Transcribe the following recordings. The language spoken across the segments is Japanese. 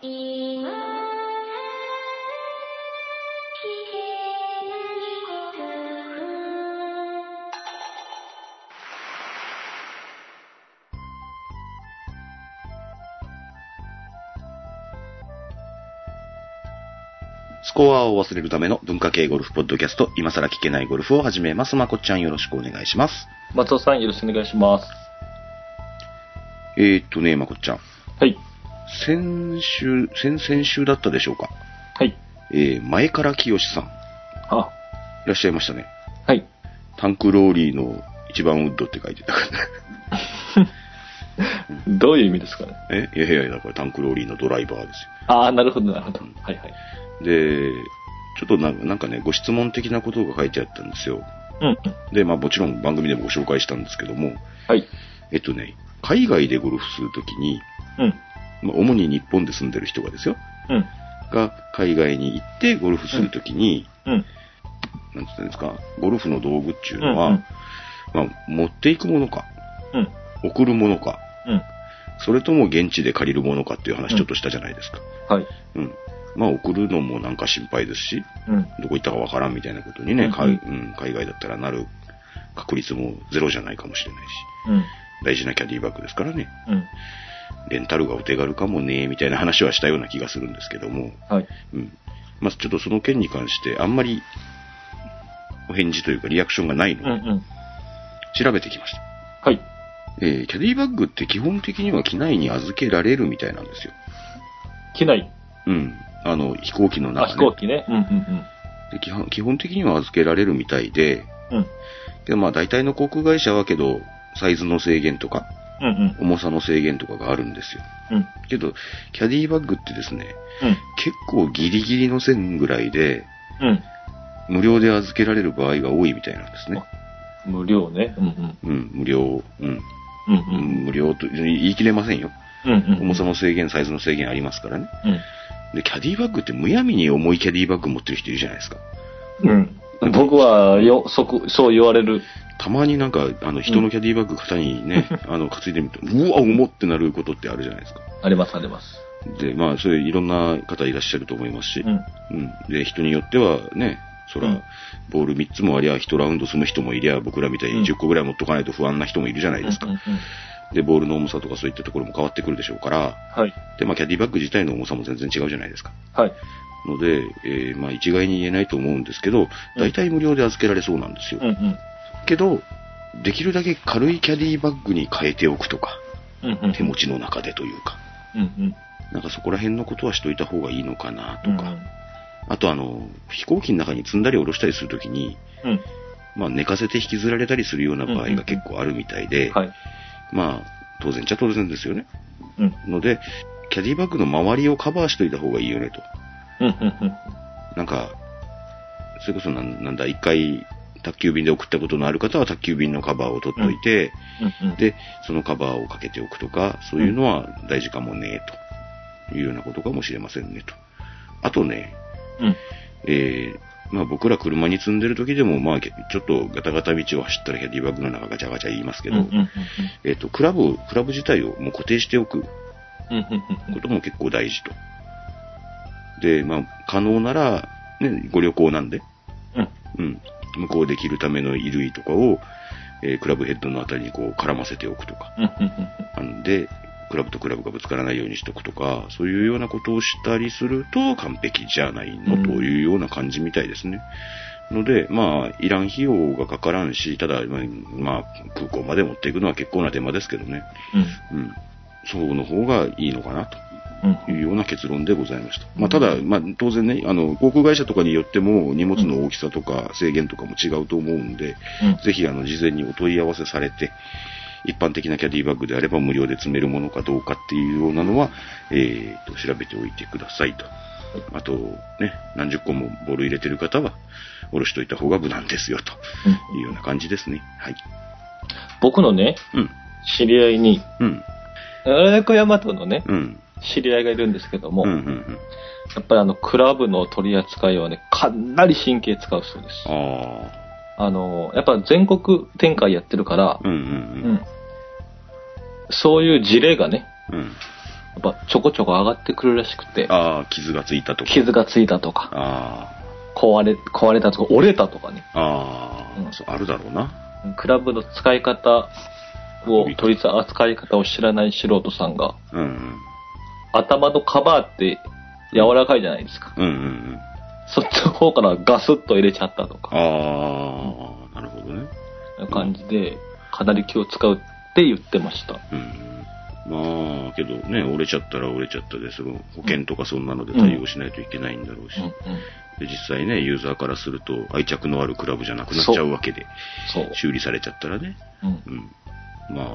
今は聞けないことスコアを忘れるための文化系ゴルフポッドキャスト、今更聞けないゴルフを始めます。まこっちゃんよろしくお願いします。松尾さんよろしくお願いします。えー、っとね、まこっちゃん。はい。先週、先々週だったでしょうか。はい。えー、前から清さん、いあ、らっしゃいましたね。はい。タンクローリーの一番ウッドって書いてたからね。どういう意味ですかね。えいやいやいや、だから タンクローリーのドライバーでああ、なるほど、なるほど。はいはい。すよ。で、ちょっとなんかなんかね、ご質問的なことが書いてあったんですよ。うん。で、まあもちろん番組でもご紹介したんですけども、はい。えっとね、海外でゴルフするときに、うん。まあ、主に日本で住んでる人がですよ、うん。が海外に行ってゴルフするときに、うん。なんて言ったんですか、ゴルフの道具っていううん。のは、まあ、持っていくものか、うん。送るものか、うん。それとも現地で借りるものかっていう話ちょっとしたじゃないですか。はい。うん。まあ、送るのもなんか心配ですし、うん。どこ行ったかわからんみたいなことにね、うん海うん海外だったらなる確率もゼロじゃないかもしれないし、うん。大事なキャディバッグですからね、うん。レンタルがお手軽かもね、みたいな話はしたような気がするんですけども、はい。うん。まあ、ちょっとその件に関して、あんまり、お返事というかリアクションがないのうん。うで、ん。調べてきました。はい。えーキャディバッグって基本的には機内に預けられるみたいなんですよ。機内。うん。あの、飛行機のあ、中、ね、飛行機ね。うん。うん。で基本。基本的には預けられるみたいで、うん。で、まあ大体の航空会社はけど、サイズの制限とか、うん。うん。重さの制限とかがあるんですよ。うん。けど、キャディバッグってですね、うん。結構ギリギリの線ぐらいで、うん。無料で預けられる場合が多いみたいなんですね。無料ね。うん。うん。うん、無料、うん、うん。ううん。ん無料と言い切れませんよ。うん。うん。重さの制限、サイズの制限ありますからね。うん。で、キャディバッグってむやみに重いキャディバッグ持ってる人いるじゃないですか。うん。僕は、よ、そこ、そう言われる。たまになんか、あの、人のキャディバッグ肩にね、 あの、担いでみると、うわ、重ってなることってあるじゃないですか。あります、あります。で、まあ、それいろんな方いらっしゃると思いますし、うん。うん。で、人によってはね、そら、うんボール3つもありゃ、1ラウンド済む人もいりゃ、僕らみたいに10個ぐらい持っとかないと不安な人もいるじゃないですか。うん。うん。で、ボールの重さとかそういったところも変わってくるでしょうから、はい。で、まあ、キャディバッグ自体の重さも全然違うじゃないですか。はい。ので、えーまあ、一概に言えないと思うんですけど、大体無料で預けられそうなんですよ。うん。うん。けど、できるだけ軽いキャディバッグに変えておくとか、うん。うん。手持ちの中でというか、うん。うん。なんかそこら辺のことはしといた方がいいのかなとうんか、あとあの、飛行機の中に積んだり下ろしたりするときに、うん。まあ寝かせて引きずられたりするような場合が結構あるみたいで、はい。まあ当然っちゃ当然ですよね。うん。ので、キャディバッグの周りをカバーしといた方がいいよねと。うん。うん。なんか、それこそなんなんだ、一回宅急便で送ったことのある方は宅急便のカバーを取っといて、うん。うん。で、そのカバーをかけておくとか、そういうのは大事かもね、というようなことかもしれませんね、と。あとね、うん。えー、まあ僕ら車に積んでる時でも、まあけちょっとガタガタ道を走ったらキャディバッグの中ガチャガチャ言いますけど、うんうんうんえっ、と、クラブを、クラブ自体をもう固定しておくこうんうんうんうんとも結構大事と。で、まあ可能なら、ね、ご旅行なんで、うんうん、向こうで着るための衣類とかを、えークラブヘッドのあたりにこう絡ませておくとか、うんうんなんで、クラブとクラブがぶつからないようにしとくとか、そういうようなことをしたりすると完璧じゃないのうんというような感じみたいですね。ので、まあ、いらん費用がかからんし、ただ、まあまあ、空港まで持っていくのは結構な手間ですけどね。うん。そうの方がいいのかなうんというような結論でございました。まあ、ただ、まあ、当然ね、あの、航空会社とかによっても荷物の大きさとか制限とかも違うと思うんで、うんぜひあの事前にお問い合わせされて、一般的なキャディバッグであれば無料で積めるものかどうかっていうようなのは、えー、と調べておいてくださいと。あと、ね、何十個もボール入れてる方は、おろしといた方が無難ですよ、とうんいうような感じですね。はい。僕のね、うん、知り合いに、うん、荒猫大和のね、うん、知り合いがいるんですけども、うん、うんうん。やっぱりあの、クラブの取り扱いはね、かなり神経使うそうです。ああの、やっぱ全国展開やってるからあ、、うん、う、うんんそういう事例がね、うん、うん。っぱちょこちょこ上がってくるらしくて、ああ、傷がついたとか。傷がついたとか、あ壊れ、壊れたとか、折れたとかね、あ、ああ、うんそうあるだろうな。クラブの使い方を、取り扱い方を知らない素人さんが、うんうん。頭のカバーって柔らかいじゃないですか。うんうんうん。そっちの方からガスッと入れちゃったとか、ああ、なるほどね。感じで、かなり気を使うって言ってました。うん。まあ、けどね、折れちゃったら折れちゃったで、その保険とかそんなので対応しないといけないんだろうし、うんうん。で実際ね、ユーザーからすると愛着のあるクラブじゃなくなっちゃうわけで、そう。修理されちゃったらね、うんう。ん。まあ、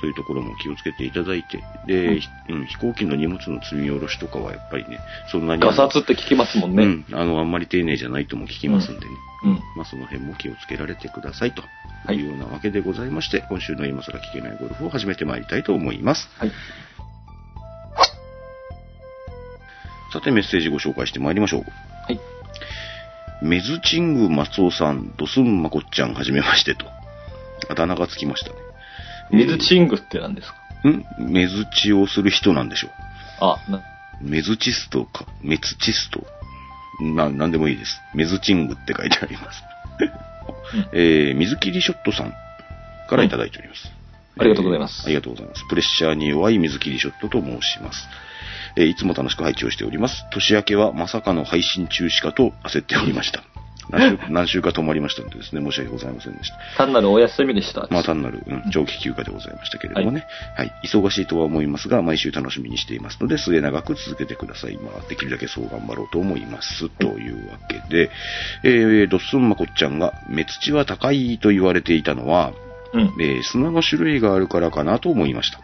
そういうところも気をつけていただいて、で、ひうん、飛行機の荷物の積み下ろしとかはやっぱりね、そんなにあの。ガサツって聞きますもんね。うん、あの、あんまり丁寧じゃないとも聞きますんでね。うん。まあ、その辺も気をつけられてくださいとはいいうようなわけでございまして、今週の今更聞けないゴルフを始めてまいりたいと思います。はい。さて、メッセージご紹介してまいりましょう。はい。メズチング松尾さん、ドスンマコっちゃん、はじめましてと。あだ名がつきましたね。水チングって何ですかんメズチをする人なんでしょう。あ、な、メズチストか、メツチスト。な、なんでもいいです。メズチングって書いてあります。えー、水切りショットさんからいただいております。ありがとうございまえすーありがとうございます。プレッシャーに弱い水切りショットと申します。えーいつも楽しく配置をしております。年明けはまさかの配信中止かと焦っておりました。何週何週か止まりましたのでですね、申し訳ございませんでした。単なるお休みでした。まあ単なる、うん、長期休暇でございましたけれどもね、はい、忙しいとは思いますが、毎週楽しみにしていますので、末永く続けてください。まあ、できるだけそう頑張ろうと思います。というわけで、えー、ドッスンマコっちゃんが、目土は高いと言われていたのは、うん。えー砂の種類があるからかなと思いました。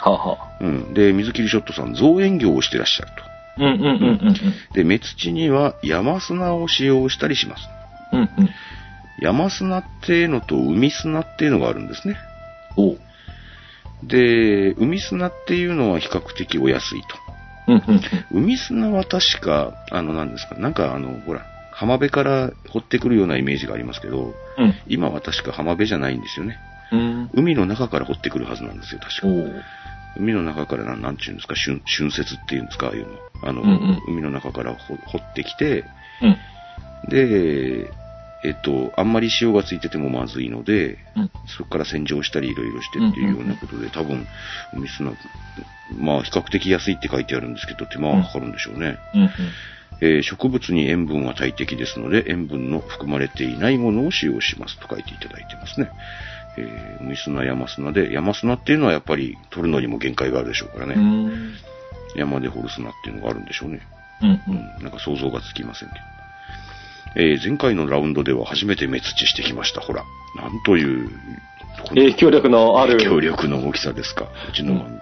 はあ、はあ、うん。で、水切りショットさん、造園業をしてらっしゃるうんうんうんうんと。で、目土には山砂を使用したりします。うん。うんうん。山砂っていうのと海砂っていうのがあるんですね。おう。で、海砂っていうのは比較的お安いと。うんうん海砂は確か、あの、なんですか、なんかあの、ほら、浜辺から掘ってくるようなイメージがありますけど、うん。今は確か浜辺じゃないんですよね。うん。海の中から掘ってくるはずなんですよ、お確か。う。海の中からな、なんちゅうんですか、春、春節っていうんですか、ああいうの。あの、うんうん海の中から掘掘ってきて、うん。で、えっと、あんまり塩がついててもまずいので、うん。そこから洗浄したりいろいろしてっていうようなことで、多分、海砂、まあ比較的安いって書いてあるんですけど、手間はかかるんでしょうね。うん。えー植物に塩分は大敵ですので、塩分の含まれていないものを使用しますと書いていただいてますね。えー海砂、山砂で、山砂っていうのはやっぱり取るのにも限界があるでしょうからね。うん。うん。山で掘る砂っていうのがあるんでしょうね。うんううんん。、なんか想像がつきませんけど。えー前回のラウンドでは初めて目土してきました。ほら、なんという、この影響力のある。影響力の大きさですか、うちの番組。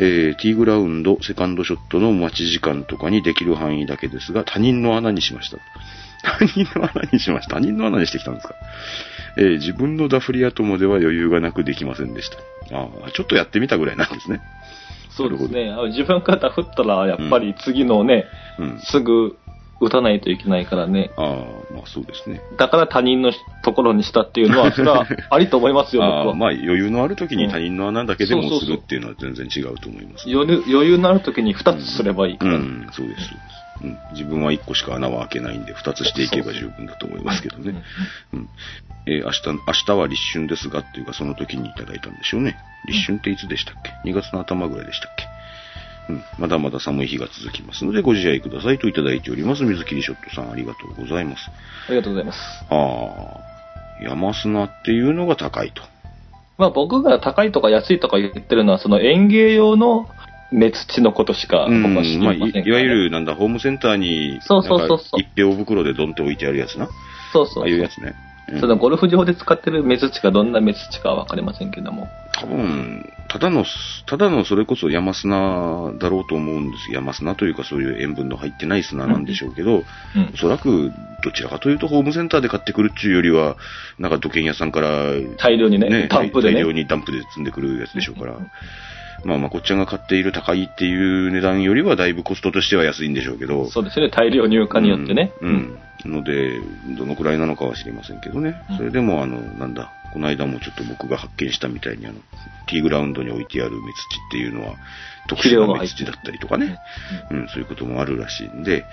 えー、ティーグラウンド、セカンドショットの待ち時間とかにできる範囲だけですが、他人の穴にしました。他人の穴にしました。他人の穴にしてきたんですか。えー自分のダフリア友では余裕がなくできませんでした。ああ、ちょっとやってみたぐらいなんですね。そうですね。あ自分から振ったら、やっぱり次のね、うん。すぐ打たないといけないからね。ああ、まあそうですね。だから他人のところにしたっていうのは、それは ありと思いますよ、僕ああは。まあ余裕のある時に他人の穴だけでうんもそうすそうそうるっていうのは全然違うと思います。余裕余裕のある時に2つすればいいかうら。ん、そうです。そうですうん、自分は1個しか穴は開けないんで、2つしていけば十分だと思いますけどね。うんえー明日、明日は立春ですがっていうか、その時にいただいたんでしょうね。立春っていつでしたっけ ?2 月の頭ぐらいでしたっけうん、まだまだ寒い日が続きますので、ご自愛くださいといただいております。水切りショットさん、ありがとうございます。ありがとうございます。あー、山砂っていうのが高いと。まあ僕が高いとか安いとか言ってるのは、その園芸用の目土のことしかう僕んは知りままあ、せんいからねいわゆる、なんだ、ホームセンターに、そうそうそうそなうんか一票袋でドンって置いてあるやつな。そうそうああいうやつね。うんそのゴルフ場で使ってる目土がどんな目土かは分かりませんけども。多分、ただの、ただのそれこそ山砂だろうと思うんです。山砂というかそういう塩分の入ってない砂なんでしょうけど、うんお。そらくどちらかというとホームセンターで買ってくるっていうよりは、なんか土建屋さんから、大量にね、ね、タンプで大量ね。にダンプで積んでくるやつでしょうから、まあ、まこっちゃんが買っている高いっていう値段よりはだいぶコストとしては安いんでしょうけど。そうですね、大量入荷によってね。うん。うんので、どのくらいなのかは知りませんけどねう。んそれでも、あの、なんだ、この間もちょっと僕が発見したみたいに、あの、ティーグラウンドに置いてある目土っていうのは、特殊な目土だったりとかね。うん、そういうこともあるらしいんで、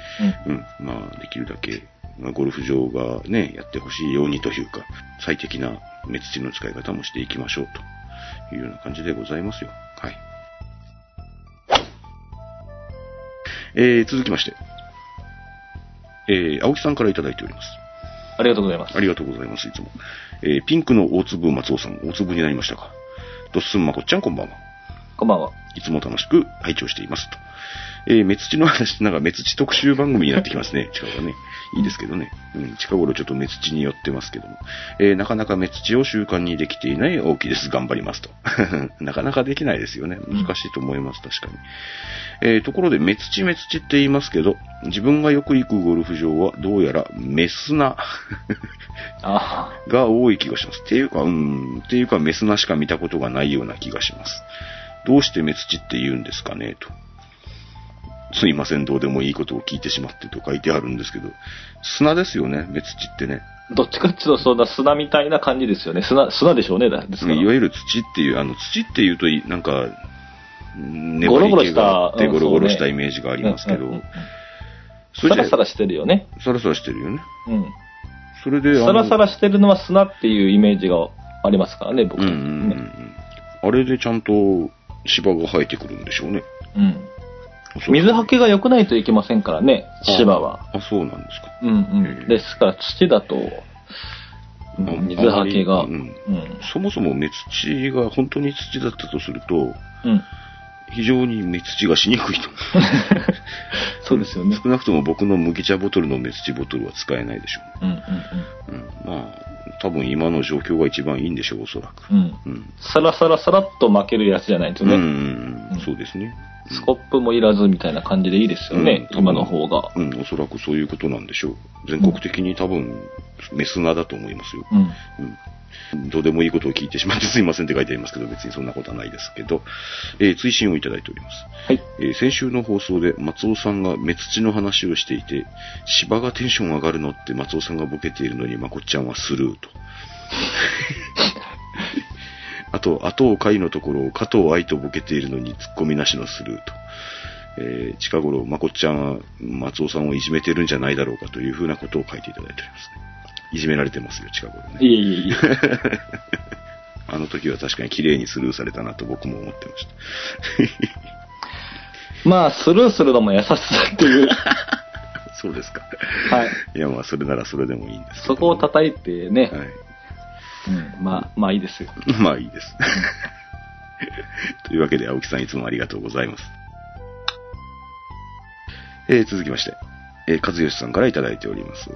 うん、まあ、できるだけ、まあゴルフ場がね、やってほしいようにというか、最適な目土の使い方もしていきましょうというような感じでございますよ。はい。えー、続きまして、えー、青木さんからいただいております。ありがとうございます。ありがとうございます、いつも。えー、ピンクの大粒松尾さん、大粒になりましたか。ドッスンまこっちゃん、こんばんは。こんばんは。いつも楽しく拝聴していますと。えー、目土の話、なんか目土特集番組になってきますね、近頃ね。いいですけどね。うん、近頃ちょっと目土に寄ってますけども。えー、なかなか目土を習慣にできていない大きいです。頑張りますと。 なかなかできないですよね。難しいと思います、確かに。えー、ところで、目土目土って言いますけど、自分がよく行くゴルフ場は、どうやら、メスなああ、が多い気がします。っていうか、うん、っていうか、メスなしか見たことがないような気がします。どうしてメツチって言うんですかね、と。すいません、どうでもいいことを聞いてしまってと書いてあるんですけど、砂ですよね、メツチってね。どっちかっていうと、そんな砂みたいな感じですよね。砂、砂でしょうね、だですいかわらゆる土っていう、あの、土っていうとい、なんか、うんゴロゴ粘ロり気があってしたうんゴロゴロしそたうイねメージがありますけうんうんうどん、それサラでサラしてるよね。サラサラしてるよね。うん。それで、あサのラサラしてるのは砂っていうイメージがありますからね、僕うんうんうんうねん。あれでちゃんと芝が生えてくるんでしょうね。うん。そう水はけが良くないといけませんからね、芝は。あ、そうなんですか。うんうん。ですから、土だと、うん水はけが。あんう。まりうんんそもそも目土が本当に土だったとすると、 うん。非常に目土がしにくいと。そうですよね。少なくとも僕の麦茶ボトルの目土ボトルは使えないでしょうんううんね。うん、まあ、多分今の状況が一番いいんでしょう、おそらく。うん。うん。うん。サラサラサラっと巻けるやつじゃないですうんようね。んうん、そうですね。スコップもいらずみたいな感じでいいですよね、うん今の方が。うん、おそらくそういうことなんでしょう。全国的に多分、メスナだと思いますよ。うん。うんどうでもいいことを聞いてしまってすいませんって書いてありますけど、別にそんなことはないですけど、えー追伸をいただいております。はい。えー先週の放送で松尾さんが目土の話をしていて、芝がテンション上がるのって松尾さんがボケているのにまこっちゃんはスルーと。 あと、後を回のところを加藤愛とボケているのにツッコミなしのスルーと。えー近頃、まこっちゃんは松尾さんをいじめてるんじゃないだろうかというふうなことを書いていただいておりますね。いじめられてますよ、近頃ね。いえいえいえ。あの時は確かに綺麗にスルーされたなと僕も思ってました。まあ、スルーするのも優しさっ ていう。 そうですか。はい。いや、まあ、それならそれでもいいんですけどそこを叩いてね、はい。うん、まあ、まあいいですよ。まあ、いいです。 というわけで、青木さんいつもありがとうございます。えー続きまして、えー、和義さんからいただいております。い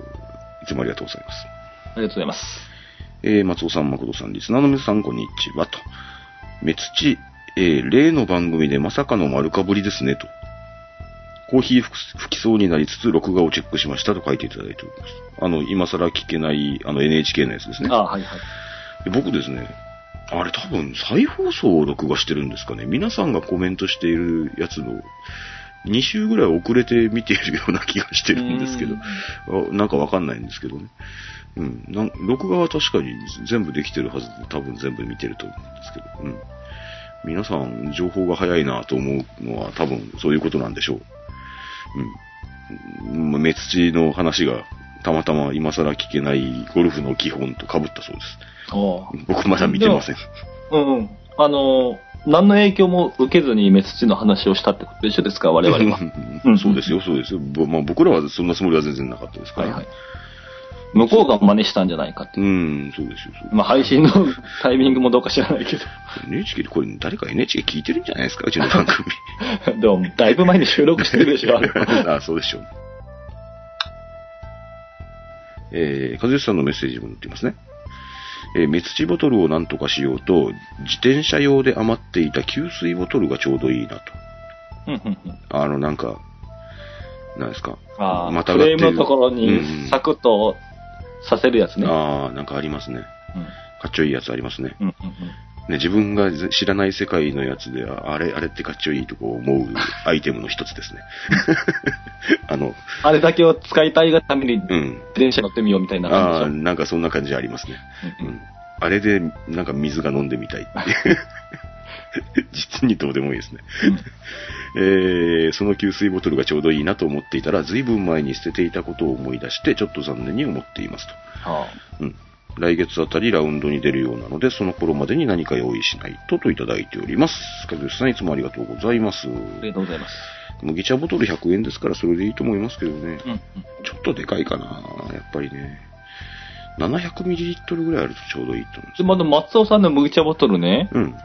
つもありがとうございます。ありがとうございます。えー松尾さん、誠さん、リスナーの皆さん、こんにちは、と。目土、えー例の番組でまさかの丸かぶりですね、と。コーヒー吹き吹きそうになりつつ、録画をチェックしましたと書いていただいております。あの、今更聞けない、あの、NHK のやつですね。あはいはい。で僕ですね、あれ多分再放送を録画してるんですかね。皆さんがコメントしているやつの2週ぐらい遅れて見ているような気がしてるんですけど、あなんかわかんないんですけどね。うんなん。録画は確かに全部できてるはずで、多分全部見てると思うんですけど、うん。皆さん、情報が早いなと思うのは多分そういうことなんでしょう。うん。うん目土の話がたまたま今更聞けないゴルフの基本と被ったそうです。おー僕まだ見てません。うんうん。あのー何の影響も受けずにメツチの話をしたってこと一緒ですか、我 々は。うんうんそうですよ、そうですよ。ぼまあ、僕らはそんなつもりは全然なかったですかはら。いはい。向こうが真似したんじゃないかってういう。ん、そうですよ。そうですまあ、配 信のタイミングもどうか知らないけ NHK でこれ、誰か NHK 聞いてるんじゃないですか、うちの番組。ど。で も、だいぶ前に収録してるで しょ、あれああ、そうでしょう。えー、和義さんのメッセージも載っていますね。えー、目土ボトルをなんとかしようと、自転車用で余っていた給水ボトルがちょうどいいなと。うんうんうんあの、なんか、なんですか。ああ、またフがってレるームのところうんうにんサクッとさせるやつね。ああ、なんかありますね。かっちょいいやつありますね。うんうんうんね、自分が知らない世界のやつで、ああれ、あれってかっちょいいとこ思うアイテムの一つですね。 あの、あれだけを使いたいがために、自うん。転車乗ってみようみたいなああ感ー、じでなんかそんな感じありますね。しょ。うん。あれで、なんか水が飲んでみたい っていう実にどうでもいいですね。えーその給水ボトルがちょうどいいなと思っていたら、随分前に捨てていたことを思い出して、ちょっと残念に思っていますと。あうん。来月あたりラウンドに出るようなので、その頃までに何か用意しないとといただいております。かずよしさん、いつもありがとうございます。ありがとうございます。麦茶ボトル100円ですから、それでいいと思いますけどね。うんうんちょっとでかいかな、やっぱりね。700ml ぐらいあるとちょうどいいと思うんですで、まだ松尾さんの麦茶ボトルね、うん。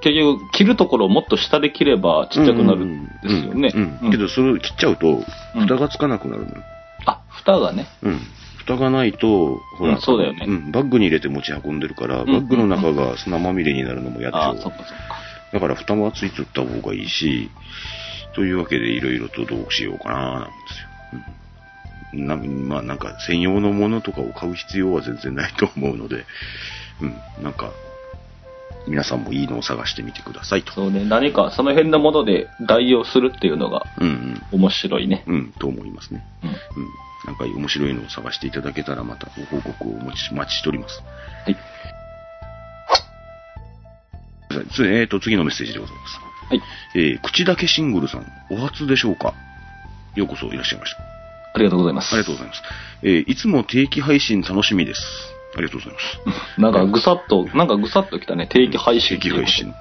結局、切るところをもっと下で切ればちっちゃくなるんですよね。うんうんうんけど、それを切っちゃうと、うん蓋がつかなくなるのよ。あ、蓋がね。うん。蓋がないと、ほら、うんそうだよねんバッグに入れて持ち運んでるから、バんッグの中が砂まみれになるのも嫌でしょ。ああ、そっかそっか。だから蓋もついてった方がいいし、というわけでいろいろとどうしようかななんですよ。うんなまあなんか専用のものとかを買う必要は全然ないと思うので、うん、なんか皆さんもいいのを探してみてくださいと。そうね、何かその辺のもので代用するっていうのがうん面白いね。うん、うん、と思いますね。うんはうん、なんか面白いのを探していただけたらまたご報告をお待ち待ちしております。い。つえーと、次のメッセージでございます。はい。えー口だけシングルさん、お初でしょうかようこそいらっしゃいました。ありがとうございます。ありがとうございます。えーいつも定期配信楽しみです。ありがとうございます。なんかぐさっと、なんかぐさっときたね、定期配信。定期配。信。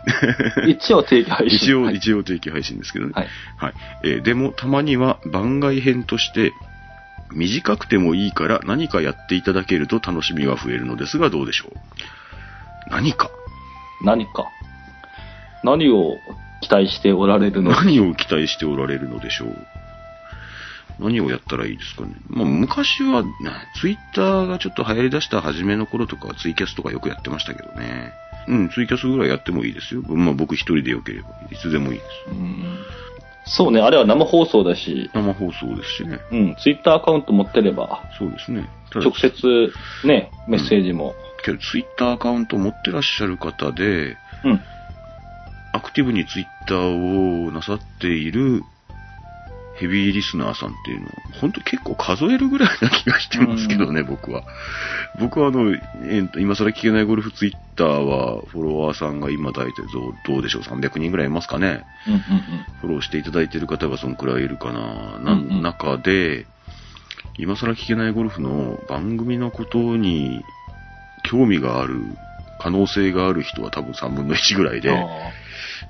一応定期配信。一応、はい一応定期配信ですけどね。はい。はい。えーでも、たまには番外編として、短くてもいいから何かやっていただけると楽しみは増えるのですが、どうでしょう何か何か。何を期待しておられるのか。何を期待しておられるのでしょう何をやったらいいですかね。まあ、昔は、ツイッターがちょっと流行り出した初めの頃とかはツイキャスとかよくやってましたけどね。うん、ツイキャスぐらいやってもいいですよ。まあ、僕一人でよければ、いつでもいいです。うんそうね、あれは生放送だし、生放送ですしね。うん、ツイッターアカウント持ってれば、そうですね。ただ直接ね、メッセージも。けど、ツイッターアカウント持ってらっしゃる方で、うん。アクティブにツイッターをなさっているヘビーリスナーさんっていうのは、本当結構数えるぐらいな気がしてますけどね、僕は。僕はあの、えーと今更聞けないゴルフツイッターは、フォロワーさんが今大体どうどうでしょう、300人ぐらいいますかね。うんうんフォローしていただいている方がそのくらいいるかな、な、うんうん中で、今更聞けないゴルフの番組のことに興味がある、可能性がある人は多分3分の1ぐらいうん。で、あ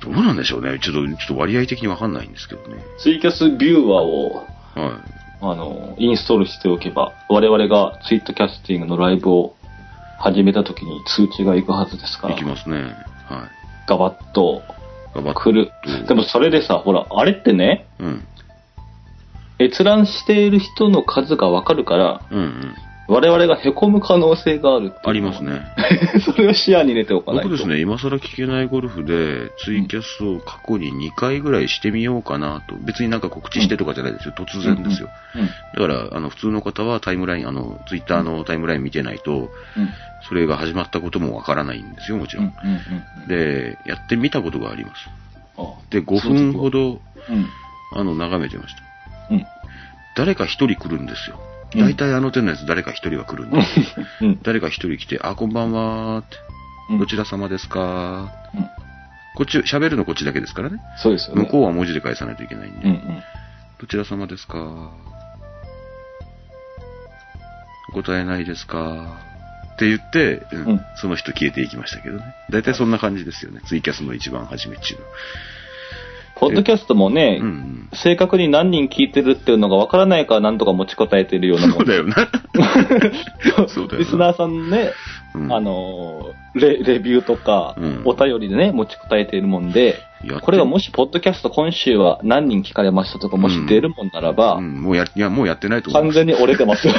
どうなんでしょうね。ちょっと、ちょっと割合的にわかんないんですけどね。ーツイキャスビューアーを、はあの、インストールしておけば、我々がツイッターキャスティングのライブを始めた時に通知が行くはずですかい。いらき、ますね。はガバッとい。頑張って。来る。うんでもそれでさ、ほら、あれってね、うん。閲覧している人の数がわかるから、うんうん。我々が凹む可能性があるっていうあります。ね。それを視野に入れておかないと。僕ですね、今更聞けないゴルフで、ツイキャスを過去に2回ぐらいしてみようかなと。別になんか告知してとかじゃないですよ。突然ですよ。だから、あの、普通の方はタイムライン、あの、ツイッターのタイムライン見てないと、うん。うん。それが始まったこともわからないんですよ、もちうろ。ん。うんん。うん。で、やってみたことがあります。あで、5分ほど、うん。あの、眺めてました。うん。誰か一人来るんですよ。うん大体あの手のやつ誰か一人は来るん です。うん。誰か一人来て、あ、こんばんはーって、うんどちら様ですかうんーこっち、喋るのこっちだけですからね。そうですよね。向こうは文字で返さないといけないんで。うん。うん。どちら様ですかーお答えないですかーって言って、うんうんその人消えていきましたけどね。大体そんな感じですよね。ツイキャスの一番初め中。ポッドキャストもねう、ん、正確に何人聞いてるっていうのがわからないから、なんとか持ちこたえてるようう。なんもんそうだよな。そうだよなリスナーさんね、うんあのーレ、レビューとかうん、お便りでね、持ちこたえているもんで、やってこれがもし、ポッドキャスト今週は何人聞かれましたとか、もし出るもんならば、うん、もうや、いや、もうやってないと思い完ます。全に折れてますよ。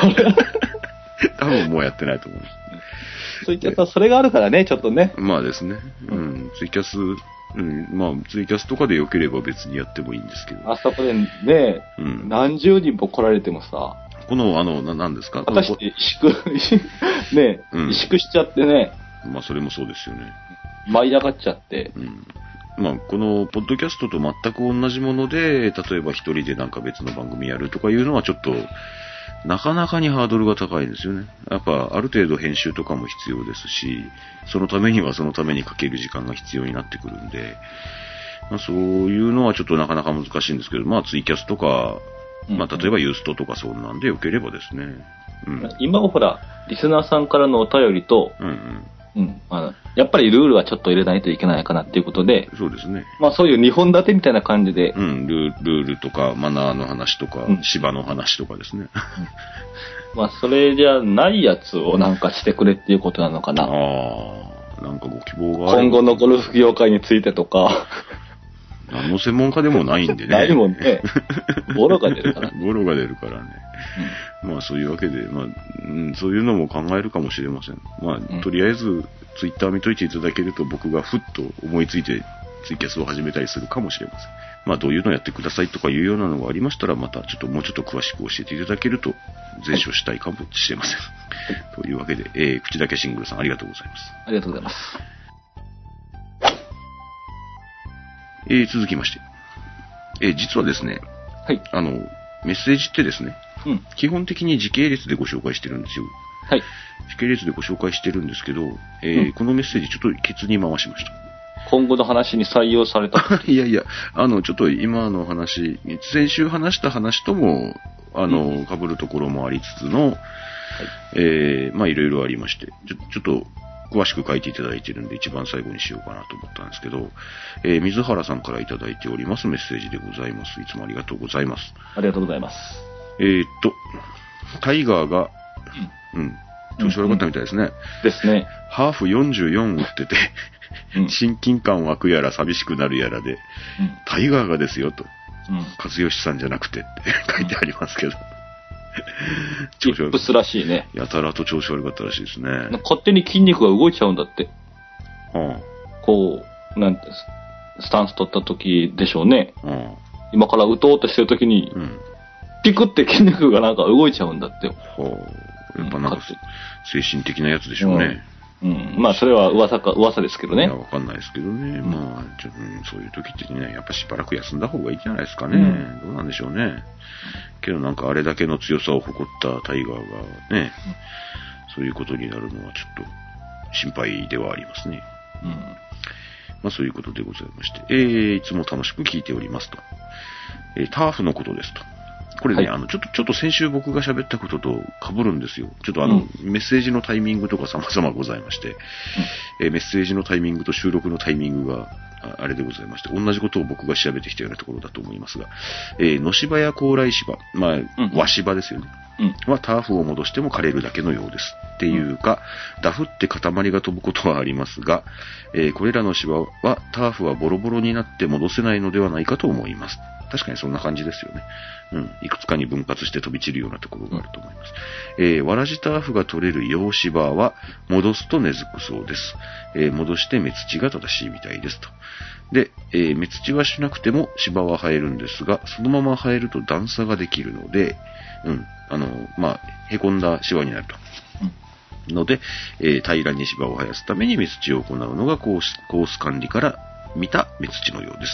多分もうやってないと思います。 そういったさ、それがあるからね、ちょっとね。まあですね、うん、ツイキャス、うん、まあ、ツイキャスとかで良ければ別にやってもいいんですけど、あそこでね、うん、何十人も来られてもさ、この、あの、ななんですか、こ果のたして萎縮、萎縮ねえ、 うん萎縮しちゃってね、まあ、それもそうですよね。舞い上がっちゃって、うんまあ、このポッドキャストと全く同じもので、例えば一人でなんか別の番組やるとかいうのはちょっと、なかなかにハードルが高いですよね。やっぱある程度編集とかも必要ですし、そのためにはそのためにかける時間が必要になってくるんで、まあ、そういうのはちょっとなかなか難しいんですけど、まあツイキャスとか、まあ例えばユーストとかそんなんでよければですね。うん。今はほら、リスナーさんからのお便りと、うんうん。うんまあ、やっぱりルールはちょっと入れないといけないかなっていうことで、そうですね。まあそういう2本立てみたいな感じで、うん、ルールールとかマナーの話とか、うん芝の話とかですね。まあそれじゃないやつをなんかしてくれっていうことなのかな。ああ、なんかご希望があれば今後のゴルフ業界についてとか、何の専門家でもないんでね。ないもん ね。ボロが出るから。ボロが出るからね。まあそういうわけで、まあ、うん、そういうのも考えるかもしれません。まあ、んとりあえず、ツイッター見といていただけると僕がふっと思いついてツイキャスを始めたりするかもしれません。まあどういうのやってくださいとかいうようなのがありましたら、またちょっともうちょっと詳しく教えていただけると、善処したいかもしれま せん。というわけで、えー、口だけシングルさんありがとうございます。ありがとうございます。えー、続きまして。えー、実はですね、はい。あの、メッセージってですね、うん。基本的に時系列でご紹介してるんですよ。はい。時系列でご紹介してるんですけど、えーうんこのメッセージちょっとケツに回しました。今後の話に採用された。 いやいや、あの、ちょっと今の話、先週話した話とも、あの、被るところもありつつの、えーまあいろいろありまして、ちょちょっと、詳しく書いていただいてるんで、一番最後にしようかなと思ったんですけど、えー水原さんからいただいておりますメッセージでございます。いつもありがとうございます。ありがとうございます。えーっと、タイガーが、うん、調子悪かったみたいですね。ですね。ハーフ44打ってて、うん。親近感湧くやら寂しくなるやらで、タイガーがですよと、うん。うん。和義さんじゃなくてって 書いてありますけど、調チッ子悪プい。スらしいね。やたらと調子悪かったらしいですね。勝手に筋肉が動いちゃうんだって。うん、こう、なんて、ススタンス取った時でしょうね。うん、今から打とうとしてる時に、うん。ピクって筋肉がなんか動いちゃうんだってよ。はあ、やっぱなんか勝精神的なやつでしょうね。うん。まあ、それは噂か、噂ですけどいや、ね。わかんないですけどね。まあ、ちょっと、うんそういう時ってね、やっぱしばらく休んだ方がいいんじゃないですかね。うんどうなんでしょうね。けどなんかあれだけの強さを誇ったタイガーがね、そういうことになるのはちょっと心配ではありますね。うん。まあそういうことでございまして、えー、いつも楽しく聞いておりますと。えー、ターフのことですと。これね、はいあの、ちょっと、ちょっと先週僕が喋ったことと被るんですよ。ちょっとあの、メッセージのタイミングとか様々ございまして、えーメッセージのタイミングと収録のタイミングが、ああれでございまして、同じことを僕が調べてきたようなところだと思いますが、えー、野芝や高麗芝、まんあ、和芝ですよね。うん。はターフを戻しても枯れるだけのようです。っていうか、ダフって塊が飛ぶことはありますが、えーこれらの芝はターフはボロボロになって戻せないのではないかと思います。確かにそんな感じですよね。うん。いくつかに分割して飛び散るようなところがあると思います。えーわらじターフが取れる洋芝は戻すと根付くそうです。えー戻して目土が正しいみたいですと。で、えー目土はしなくても芝は生えるんですが、そのまま生えると段差ができるので、うん、あの、まあ、へこんだ芝になると。ので、えー平らに芝を生やすために目土を行うのがコースコース管理から見た目土のようです。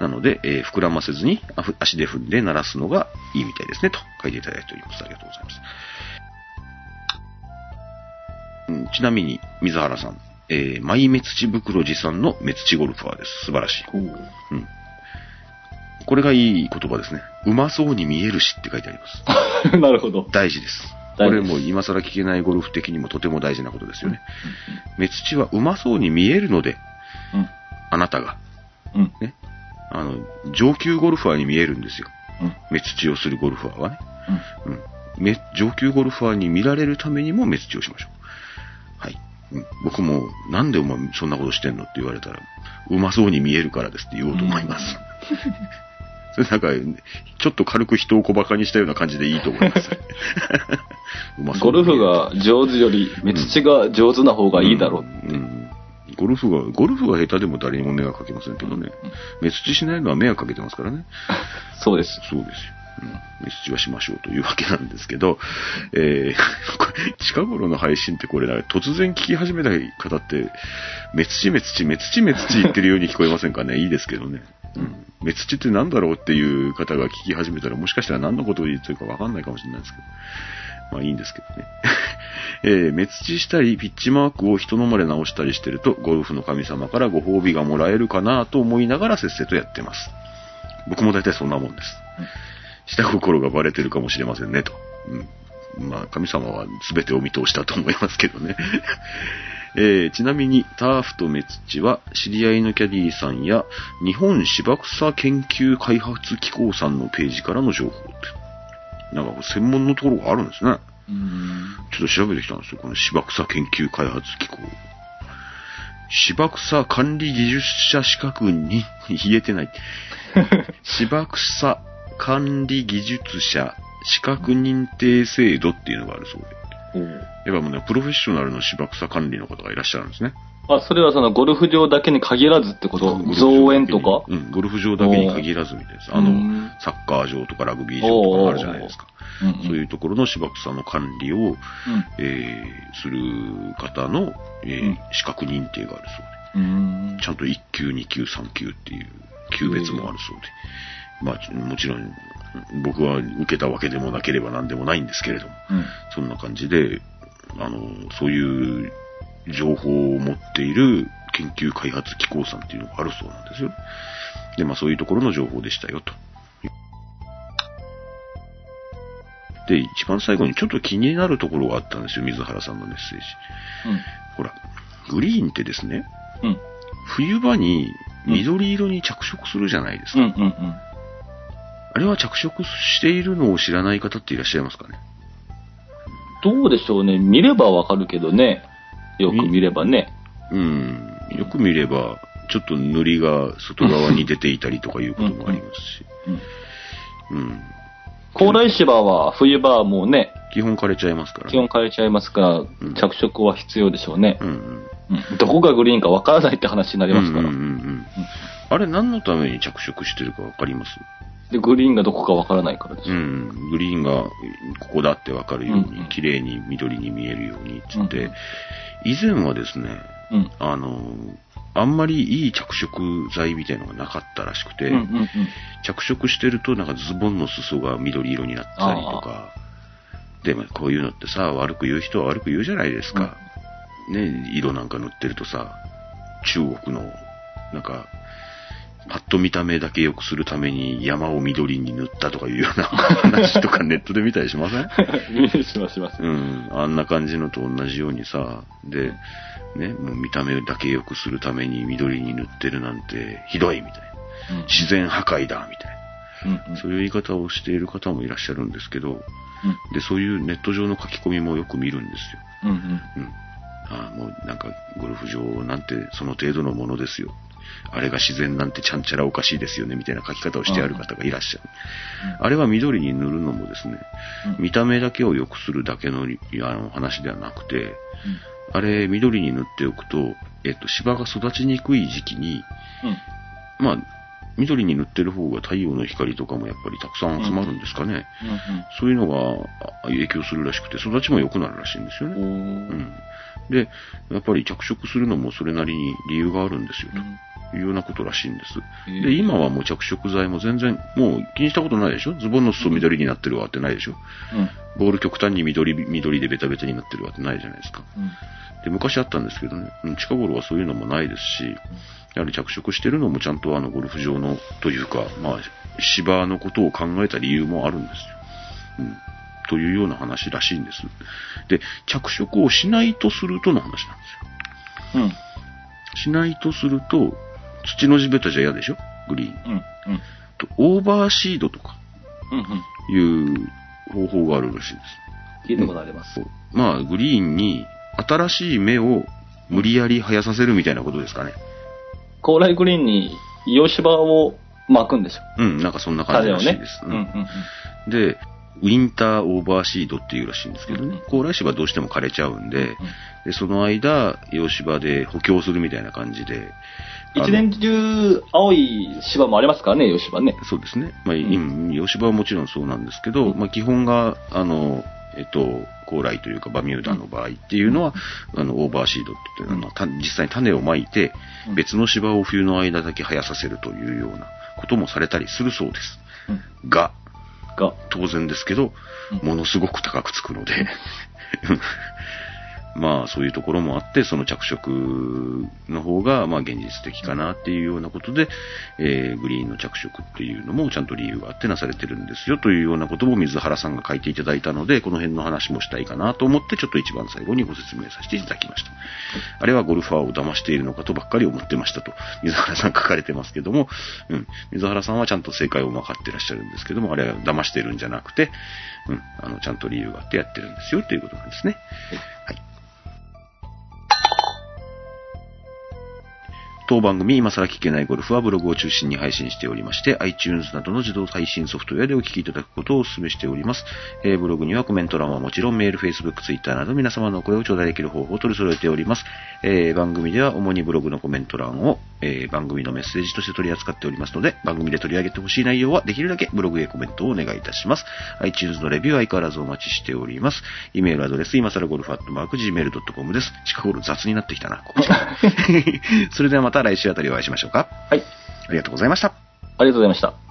なので、えー膨らませずにあふ足で踏んで鳴らすのがいいみたいですね、と書いていただいております。ありがとうございます。うんちなみに、水原さん、えー、マイ目土袋持参の目土ゴルファーです。素晴らしい。うん。うん。これがいい言葉ですね。うまそうに見えるしって書いてあります。なるほど。大事です。こ大事れですも今更聞けないゴルフ的にもとても大事なことですよね。目土はうまそうに見えるので、あなたが、 うん。うん。ね、あの、上級ゴルファーに見えるんですよ。うん。目土をするゴルファーはね。うん。め上級ゴルファーに見られるためにも目土をしましょう。はい。うん僕も、なんでお前そんなことしてんのって言われたら、うまそうに見えるからですって言おうと思います。それなんか、ちょっと軽く人を小馬鹿にしたような感じでいいと思います。ううまん。そゴうに見ルえフるが上手より、目土が上手な方がいいだろう。うんうんゴルフが、ゴルフが下手でも誰にも迷惑かけませんけどね。目土しないのは迷惑かけてますからね。そうです。そうですよ。うん、メッセはしましょうというわけなんですけど、えー これ近頃の配信ってこれな、突然聞き始めた方って、メツチメツチメツチメツチ言ってるように聞こえませんかねいいですけどね。うん。メツチってなんだろうっていう方が聞き始めたら、もしかしたら何のことを言ってるかわかんないかもしれないですけど。まあいいんですけどね。 えー、目土したり、ピッチマークを人のまで直したりしてると、ゴルフの神様からご褒美がもらえるかなと思いながらせっせとやってます。僕も大体そんなもんです。下心がバレてるかもしれませんね、と。うん。まあ、神様は全てお見通しだと思いますけどね。えーちなみに、ターフとメツチは、知り合いのキャディーさんや、日本芝草研究開発機構さんのページからの情報って。なんか、専門のところがあるんですね。うん。ちょっと調べてきたんですよ。この芝草研究開発機構。芝草管理技術者資格に 言えてない。芝草管理技術者資格認定制度っていうのがあるそうで。おうやっぱもうね、プロフェッショナルの芝草管理の方がいらっしゃるんですね。あ、それはそのゴルフ場だけに限らずってこと造園とかうん、ゴルフ場だけに限らずみたいです。あうのん、サッカー場とかラグビー場とかあるじゃないですか。うんそういうところの芝草の管理を、うんえーする方の、えーうん資格認定があるそううんで、ちゃんと1級、2級、3級っていう級別もあるそうで、まあち、もちろん、僕は受けたわけでもなければ何でもないんですけれども、うんそんな感じで、あの、そういう情報を持っている研究開発機構さんっていうのがあるそうなんですよ。で、まあそういうところの情報でしたよと。で、一番最後にちょっと気になるところがあったんですよ、水原さんのメッセージ。ほら、グリーンってですね、うん。うん。冬場に緑色に着色するじゃないですうか。んうんうん。あれは着色しているのを知らない方っていらっしゃいますかねどうでしょうね。見ればわかるけどね。よく見ればね。うん、よく見れば、ちょっと塗りが外側に出ていたりとかいうこともありますし、うん。うん、高麗芝は冬場はもうね、基本枯れちゃいますから気温ね。変えちゃいますからん、着色は必要でしょうねう。んうんうんどこがグリーンかわからないって話になりますかうんうんら。うんうんあれ何のために着色してるかわかりますで、グリーンがどこかわからないからですうよ。ん、グリーンがここだってわかるよううんうにん、綺麗に緑に見えるようにっつっうんうてん、以前はですね、うん。あの、あんまりいい着色剤みたいのがなかったらしくて、うんうんうん。着色してるとなんかズボンの裾が緑色になったりとか、で、まあ、こういうのってさ、悪く言う人は悪く言うじゃないですか。ね、色なんか塗ってるとさ、中国の、なんか、パッと見た目だけ良くするために山を緑に塗ったとかいうような話とかネットで見たりしません しますします。うん、あんな感じのと同じようにさ、で、ね、もう見た目だけ良くするために緑に塗ってるなんてひどいみたいな。うん自然破壊だみたいな。うんそういう言い方をしている方もいらっしゃるんですけど、うんで、そういうネット上の書き込みもよく見るんですよ。うんうんうん。ああ、もうなんか、ゴルフ場なんてその程度のものですよ。あれが自然なんてちゃんちゃらおかしいですよね、みたいな書き方をしてある方がいらっしゃる。あれは緑に塗るのもですね、うん見た目だけを良くするだけのりあの話ではなくて、あれ緑に塗っておくと、えっと、芝が育ちにくい時期に、うんまあ、緑に塗ってる方が太陽の光とかもやっぱりたくさん集まるんですかね。そういうのがあ影響するらしくて、育ちも良くなるらしいんですようんうんうね。んうおーん。で、やっぱり着色するのもそれなりに理由があるんですよ、というようなことらしいんです。へで、え今はもう着色剤も全然、もう気にしたことないでしょズボンの裾緑になってるわってないでしょうんボール極端に緑、緑でベタベタになってるわってないじゃないですか。で、昔あったんですけどね、うん近頃はそういうのもないですし、やはり着色してるのもちゃんとあのゴルフ場の、というか、まあ、芝のことを考えた理由もあるんですよ。うん。というような話らしいんです。で、着色をしないとするとの話なんですうんうんよ。しないとすると、土の地べたじゃ嫌でしょグリーン。うんうんと、オーバーシードとかうんうんいう方法があるらしいんです。聞いたことあります。そうまあ、グリーンに新しい芽を無理やり生やさせるみたいなことですかね。高麗グリーンに洋芝を巻くんでしょ。うん、なんかそんな感じらしいです。種をね。うんで、ウィンターオーバーシードっていうらしいんですけどね、高麗芝どうしても枯れちゃうんで、でその間、洋芝で補強するみたいな感じで、あの一年中、青い芝もありますからね、洋芝ね。そうですね。まあ、ん今、洋芝はもちろんそうなんですけど、まあ、基本が、あの、えっと、高麗というかバミューダの場合っていうのは、あの、オーバーシードっていうのは、た実際に種をまいて、うん別の芝を冬の間だけ生やさせるというようなこともされたりするそうです。が、が、当然ですけど、うんものすごく高くつくので、 まあそういうところもあって、その着色の方がまあ現実的かなっていうようなことで、えーグリーンの着色っていうのもちゃんと理由があってなされてるんですよというようなことも水原さんが書いていただいたので、この辺の話もしたいかなと思って、ちょっと一番最後にご説明させていただきました。あれはゴルファーを騙しているのかとばっかり思ってましたと、水原さん書かれてますけども、うん、水原さんはちゃんと正解を分かってらっしゃるんですけども、あれは騙してるんじゃなくて、うん、あの、ちゃんと理由があってやってるんですよということなんですね。はい。当番組、今更聞けないゴルフはブログを中心に配信しておりまして、iTunes などの自動配信ソフトウェアでお聞きいただくことをお勧めしております。えーブログにはコメント欄はもちろんメール、Facebook、Twitter など皆様のお声を頂戴できる方法を取り揃えております。えー番組では主にブログのコメント欄を、えー番組のメッセージとして取り扱っておりますので、番組で取り上げてほしい内容はできるだけブログへコメントをお願いいたします。iTunes のレビューは相変わらずお待ちしております。イメールアドレス、今更ゴルフアットマーク Gmail.com です。近頃雑になってきたな、ここ それではまた来週あたりお会いしましょうか。はい。ありがとうございました。ありがとうございました。